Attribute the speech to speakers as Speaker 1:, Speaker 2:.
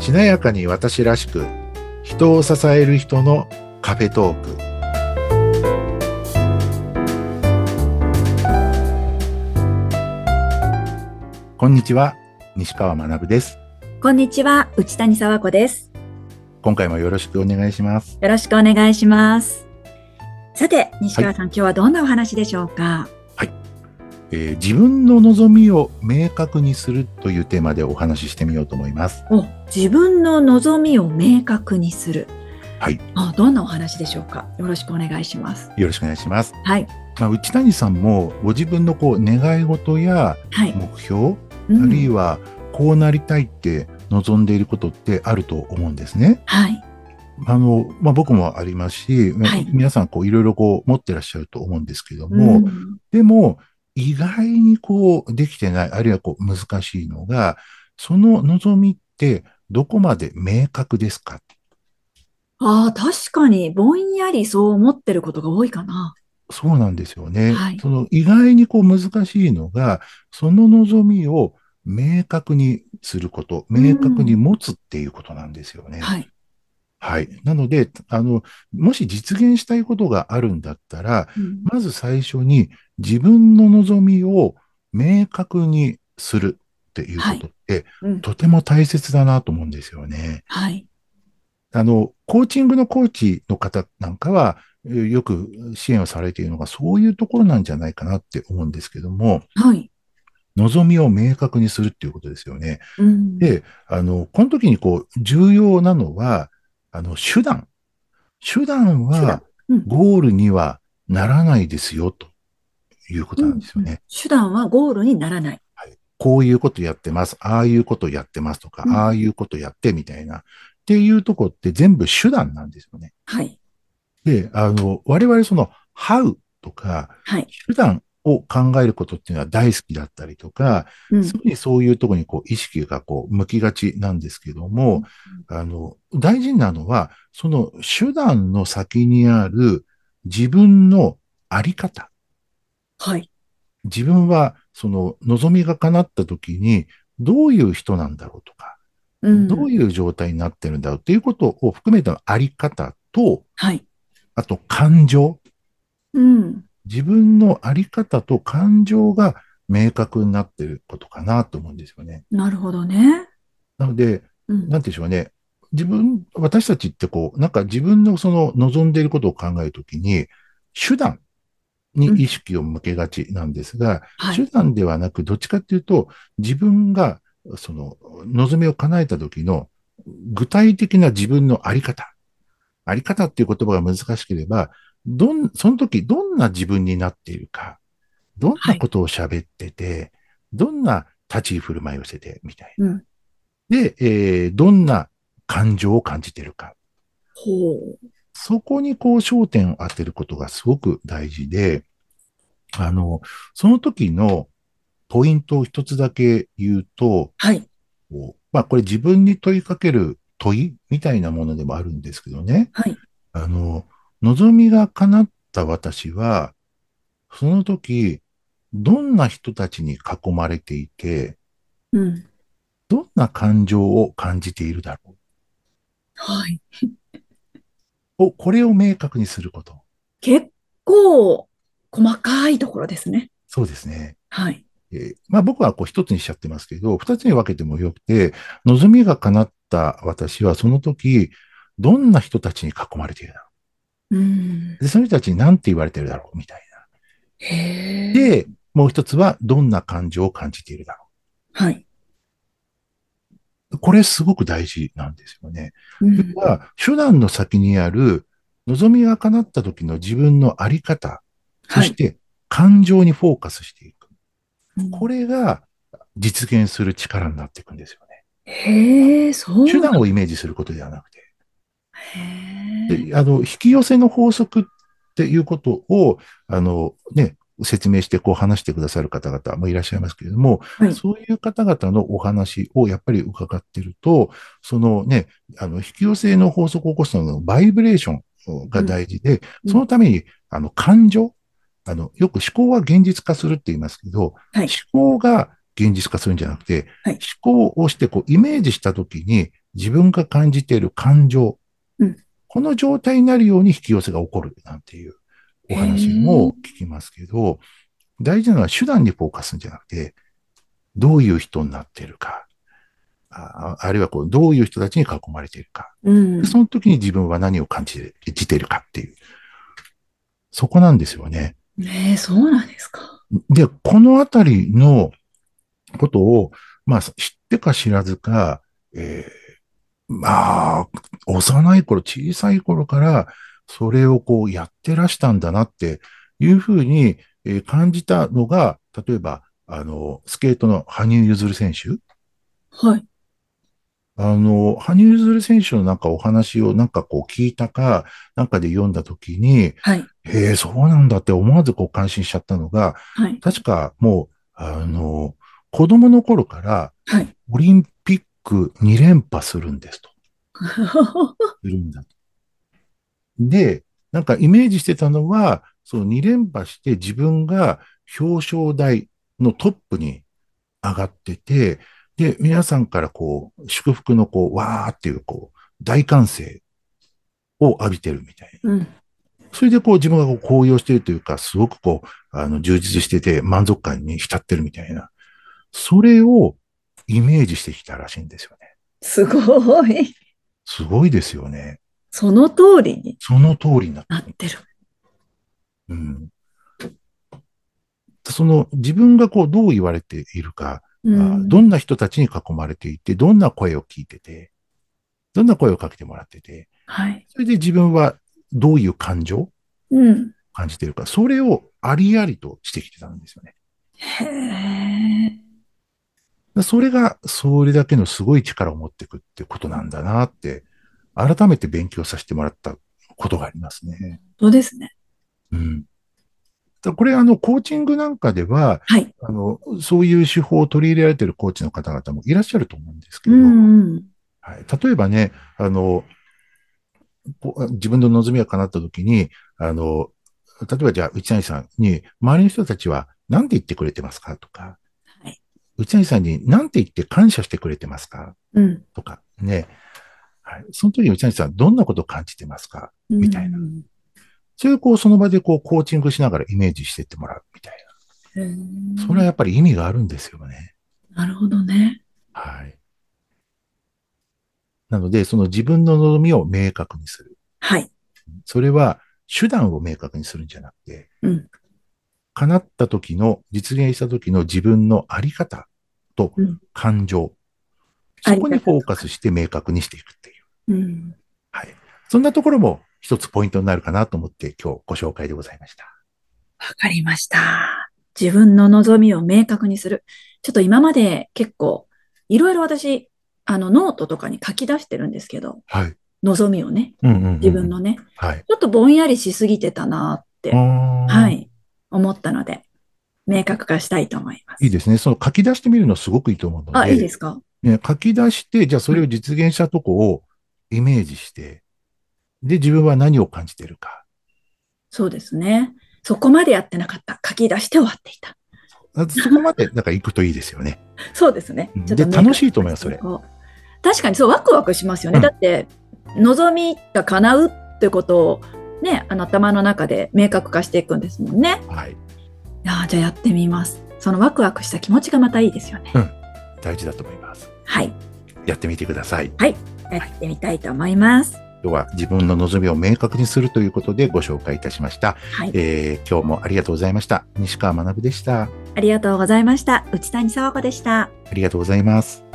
Speaker 1: 華やかに私らしく人を支える人のカフェトークこんにちは西川学です
Speaker 2: こんにちは、内谷沢子です。
Speaker 1: 今回もよろしくお願いします
Speaker 2: よろしくお願いします。さて、西川さん、今日はどんなお話でしょうか
Speaker 1: えー自分の望みを明確にするというテーマでお話ししてみようと思います
Speaker 2: お自分の望みを明確にする。
Speaker 1: はい
Speaker 2: あどんなお話でしょうかよろしくお願いします。
Speaker 1: よろしくお願いします、
Speaker 2: はい。
Speaker 1: まあ、内谷さんもご自分のこう願い事や
Speaker 2: はい。
Speaker 1: 目標
Speaker 2: うん
Speaker 1: あるいはこうなりたいって望んでいることってあると思うんですね。
Speaker 2: はい。
Speaker 1: あの、まあ、僕もありますし、
Speaker 2: はい
Speaker 1: 皆さんこういろいろこう持ってらっしゃると思うんですけども、
Speaker 2: うん
Speaker 1: でも意外にこうできてない、あるいはこう難しいのが、その望みってどこまで明確ですか
Speaker 2: ああ、確かに、ぼんやりそう思ってることが多いかな。
Speaker 1: そうなんですよね。
Speaker 2: はい
Speaker 1: その意外にこう難しいのが、その望みを明確にすること、明確に持つっていうことなんですよね。
Speaker 2: はい。
Speaker 1: はい。なので、あの、もし実現したいことがあるんだったら、
Speaker 2: うん
Speaker 1: まず最初に自分の望みを明確にするっていうことって、
Speaker 2: うん
Speaker 1: とても大切だなと思うんですよね。
Speaker 2: はい。
Speaker 1: あの、コーチングのコーチの方なんかは、えーよく支援をされているのが、そういうところなんじゃないかなって思うんですけども、
Speaker 2: はい。
Speaker 1: 望みを明確にするっていうことですよね。
Speaker 2: うん
Speaker 1: で、あの、この時にこう、重要なのは、あの、手段。手段
Speaker 2: 手
Speaker 1: は
Speaker 2: 段うん
Speaker 1: ゴールにはならないですよ、ということなんですよね。
Speaker 2: 手段はゴールにならない。
Speaker 1: こういうことやってます、ああいうことやってますとか、
Speaker 2: うん
Speaker 1: ああいうことやってみたいな。っていうとこって全部手段なんですよね。
Speaker 2: はい。
Speaker 1: で、あの、我々その、how とか、
Speaker 2: はい。
Speaker 1: 手段を考えることっていうのは大好きだったりとか、
Speaker 2: うん
Speaker 1: すぐにそういうところにこう意識がこう向きがちなんですけども、あの、大事なのは、その手段の先にある自分のあり方。
Speaker 2: はい。
Speaker 1: 自分はその望みが叶った時に、どういう人なんだろうとか、
Speaker 2: うん
Speaker 1: どういう状態になってるんだろうっていうことを含めたあり方と、
Speaker 2: はい。
Speaker 1: あと感情。
Speaker 2: うん。
Speaker 1: 自分のあり方と感情が明確になってることかなと思うんですよね。
Speaker 2: なるほどね。
Speaker 1: なので、
Speaker 2: うん。
Speaker 1: なんて言うんでしょうね。自分、私たちってこう、なんか自分のその望んでいることを考えるときに、手段に意識を向けがちなんですが、
Speaker 2: はい
Speaker 1: 手。段ではなく、どっちかっていうと、自分が、その、望みを叶えた時の、具体的な自分のあり方。あり方っていう言葉が難しければ、どん、その時どんな自分になっているか、どんなことを喋ってて、どんな立ち居振る舞いをしてて、みたいな。
Speaker 2: うん。
Speaker 1: で、えーどんな感情を感じているか。
Speaker 2: ほう。
Speaker 1: そこにこう焦点を当てることがすごく大事で、あの、その時のポイントを一つだけ言うと、
Speaker 2: はい。
Speaker 1: こうまあこれ自分に問いかける問いみたいなものでもあるんですけどね。
Speaker 2: はい。
Speaker 1: あの、望みが叶った私は、その時、どんな人たちに囲まれていて、
Speaker 2: うん。
Speaker 1: どんな感情を感じているだろ
Speaker 2: はい。
Speaker 1: う。をこれを明確にすること。
Speaker 2: 結構、細かいところですね。
Speaker 1: そうですね。
Speaker 2: はい。
Speaker 1: えーまあ僕はこう一つにしちゃってますけど、二つに分けてもよくて、望みが叶った私はその時、どんな人たちに囲まれているだろ
Speaker 2: うん
Speaker 1: う。。で、その人たちに何て言われているだろうみたい
Speaker 2: へ
Speaker 1: な。
Speaker 2: え。
Speaker 1: で、もう一つはどんな感情を感じているだろ
Speaker 2: はい。
Speaker 1: う。これすごく大事なんですよね。
Speaker 2: うん。
Speaker 1: は、手段の先にある望みが叶った時の自分のあり方、そ
Speaker 2: は
Speaker 1: し
Speaker 2: い。
Speaker 1: て感情にフォーカスしていく。
Speaker 2: うん
Speaker 1: これが実現する力になっていくんですよね。
Speaker 2: へえ、そう
Speaker 1: 手
Speaker 2: な
Speaker 1: 段をイメージすることではなくて。
Speaker 2: へえ。
Speaker 1: であの、引き寄せの法則っていうことを、あの、ね、説明してこう話してくださる方々もいらっしゃいますけれども、
Speaker 2: はい
Speaker 1: そういう方々のお話をやっぱり伺ってると、そのね、あの、引き寄せの法則を起こすののバイブレーションが大事で、
Speaker 2: うん
Speaker 1: そのために、あの、感情、あの、よく思考は現実化するって言いますけど、
Speaker 2: はい
Speaker 1: 思考が現実化するんじゃなくて、
Speaker 2: はい
Speaker 1: 思考をしてこうイメージしたときに自分が感じている感情、
Speaker 2: うん
Speaker 1: この状態になるように引き寄せが起こるなんていうお話も聞きますけど、大事なのは手段にフォーカスするんじゃなくて、どういう人になっているか、ああるいはこうどういう人たちに囲まれているか、
Speaker 2: うん
Speaker 1: で。その時に自分は何を感じてじているかっていう、そこなんですよね。
Speaker 2: ねえ、そうなんですか。
Speaker 1: で、このあたりのことを、まあ、知ってか知らずか、えーまあ、幼い頃、小さい頃から、それをこうやってらしたんだなっていうふうに、えー感じたのが、例えば、あの、スケートの羽生結弦選手。
Speaker 2: はい。
Speaker 1: あの、羽生結弦選手のなんかお話をなんかこう聞いたか、なんかで読んだときに、
Speaker 2: はい。
Speaker 1: へえ、そうなんだって思わずこう感心しちゃったのが、
Speaker 2: はい。
Speaker 1: 確かもう、あの、子供の頃から
Speaker 2: はい。
Speaker 1: オリンピック2連覇するんですと。するんだと。で、なんかイメージしてたのは、その2連覇して自分が表彰台のトップに上がってて、で、皆さんからこう、祝福のこう、わーっていうこう、大歓声を浴びてるみたいな。
Speaker 2: うん。
Speaker 1: それでこう自分がこう高揚しているというか、すごくこう、あの、充実してて満足感に浸ってるみたいな。それをイメージしてきたらしいんですよね。
Speaker 2: すごい。
Speaker 1: すごいですよね。
Speaker 2: その通りに
Speaker 1: その通りになっ
Speaker 2: なってる。
Speaker 1: うん。その自分がこうどう言われているか、
Speaker 2: う
Speaker 1: あ
Speaker 2: ん。
Speaker 1: どんな人たちに囲まれていて、どんな声を聞いてて、どんな声をかけてもらってて、
Speaker 2: はい。
Speaker 1: それで自分はどういう感情を
Speaker 2: うん。
Speaker 1: 感じているか、それをありありとしてきてたんですよね。
Speaker 2: へえ。
Speaker 1: だそれが、それだけのすごい力を持っていくってことなんだなって、改めて勉強させてもらったことがありますね。
Speaker 2: そうですね。
Speaker 1: うん。だこれ、あの、コーチングなんかでは、
Speaker 2: はい。
Speaker 1: あの、そういう手法を取り入れられているコーチの方々もいらっしゃると思うんですけ
Speaker 2: う
Speaker 1: ど、
Speaker 2: んうん。
Speaker 1: はい、例えばね、あの、こう自分の望みが叶った時に、あの、例えばじゃあ、内谷さんに、周りの人たちは何て言ってくれてますかとか、
Speaker 2: はい
Speaker 1: 内谷さんに何て言って感謝してくれてますか
Speaker 2: うん。
Speaker 1: とかね、はい、その時に内谷さんどんなことを感じてますかみたいな
Speaker 2: うん
Speaker 1: それをこうその場でこうコーチングしながらイメージしてってもらうみたい
Speaker 2: へー
Speaker 1: な。それはやっぱり意味があるんですよね。
Speaker 2: なるほどね。
Speaker 1: はい。なので、その自分の望みを明確にする。
Speaker 2: はい。
Speaker 1: それは手段を明確にするんじゃなくて、
Speaker 2: うん。
Speaker 1: 叶った時の、実現した時の自分のあり方と
Speaker 2: うん
Speaker 1: 感情。
Speaker 2: あり方と
Speaker 1: そこにフォーカスして明確にしていくっていう。
Speaker 2: うん。
Speaker 1: はい。そんなところも一つポイントになるかなと思って今日ご紹介でございました。
Speaker 2: わかりました。自分の望みを明確にする。ちょっと今まで結構、いろいろ私、あの、ノートとかに書き出してるんですけど、
Speaker 1: はい。
Speaker 2: 望みをね、
Speaker 1: うんうんうんうん
Speaker 2: 自分。のね、
Speaker 1: はい。
Speaker 2: ちょっとぼんやりしすぎてたなって、は、
Speaker 1: はい
Speaker 2: 思ったので、明確化したいと思います。
Speaker 1: いいですね。その書き出してみるのすごくいいと思うので。
Speaker 2: あ、いいですか
Speaker 1: ね、書き出して、じゃあそれを実現したとこをイメージして、で、自分は何を感じているか。
Speaker 2: そうですね。そこまでやってなかった。書き出して終わっていた。
Speaker 1: あそこまで、なんか行くといいですよね。
Speaker 2: そうですね
Speaker 1: うん。
Speaker 2: ちょっと
Speaker 1: で
Speaker 2: 明確
Speaker 1: 楽しいと思いますそれ
Speaker 2: こう確かにそう、ワクワクしますよね。
Speaker 1: うん
Speaker 2: だって、望みが叶うってことを、ね、あの頭の中で明確化していくんですもんね。
Speaker 1: はい。
Speaker 2: あーじゃあやってみます。そのワクワクした気持ちがまたいいですよね。
Speaker 1: 大事だと思います。
Speaker 2: はい。
Speaker 1: やってみてください。
Speaker 2: やってみたいと思います。
Speaker 1: 今日は自分の望みを明確にするということでご紹介いたしました。
Speaker 2: はい。
Speaker 1: えー今日もありがとうございました。西川学でした。
Speaker 2: ありがとうございました。内谷紗和子でした。
Speaker 1: ありがとうございます。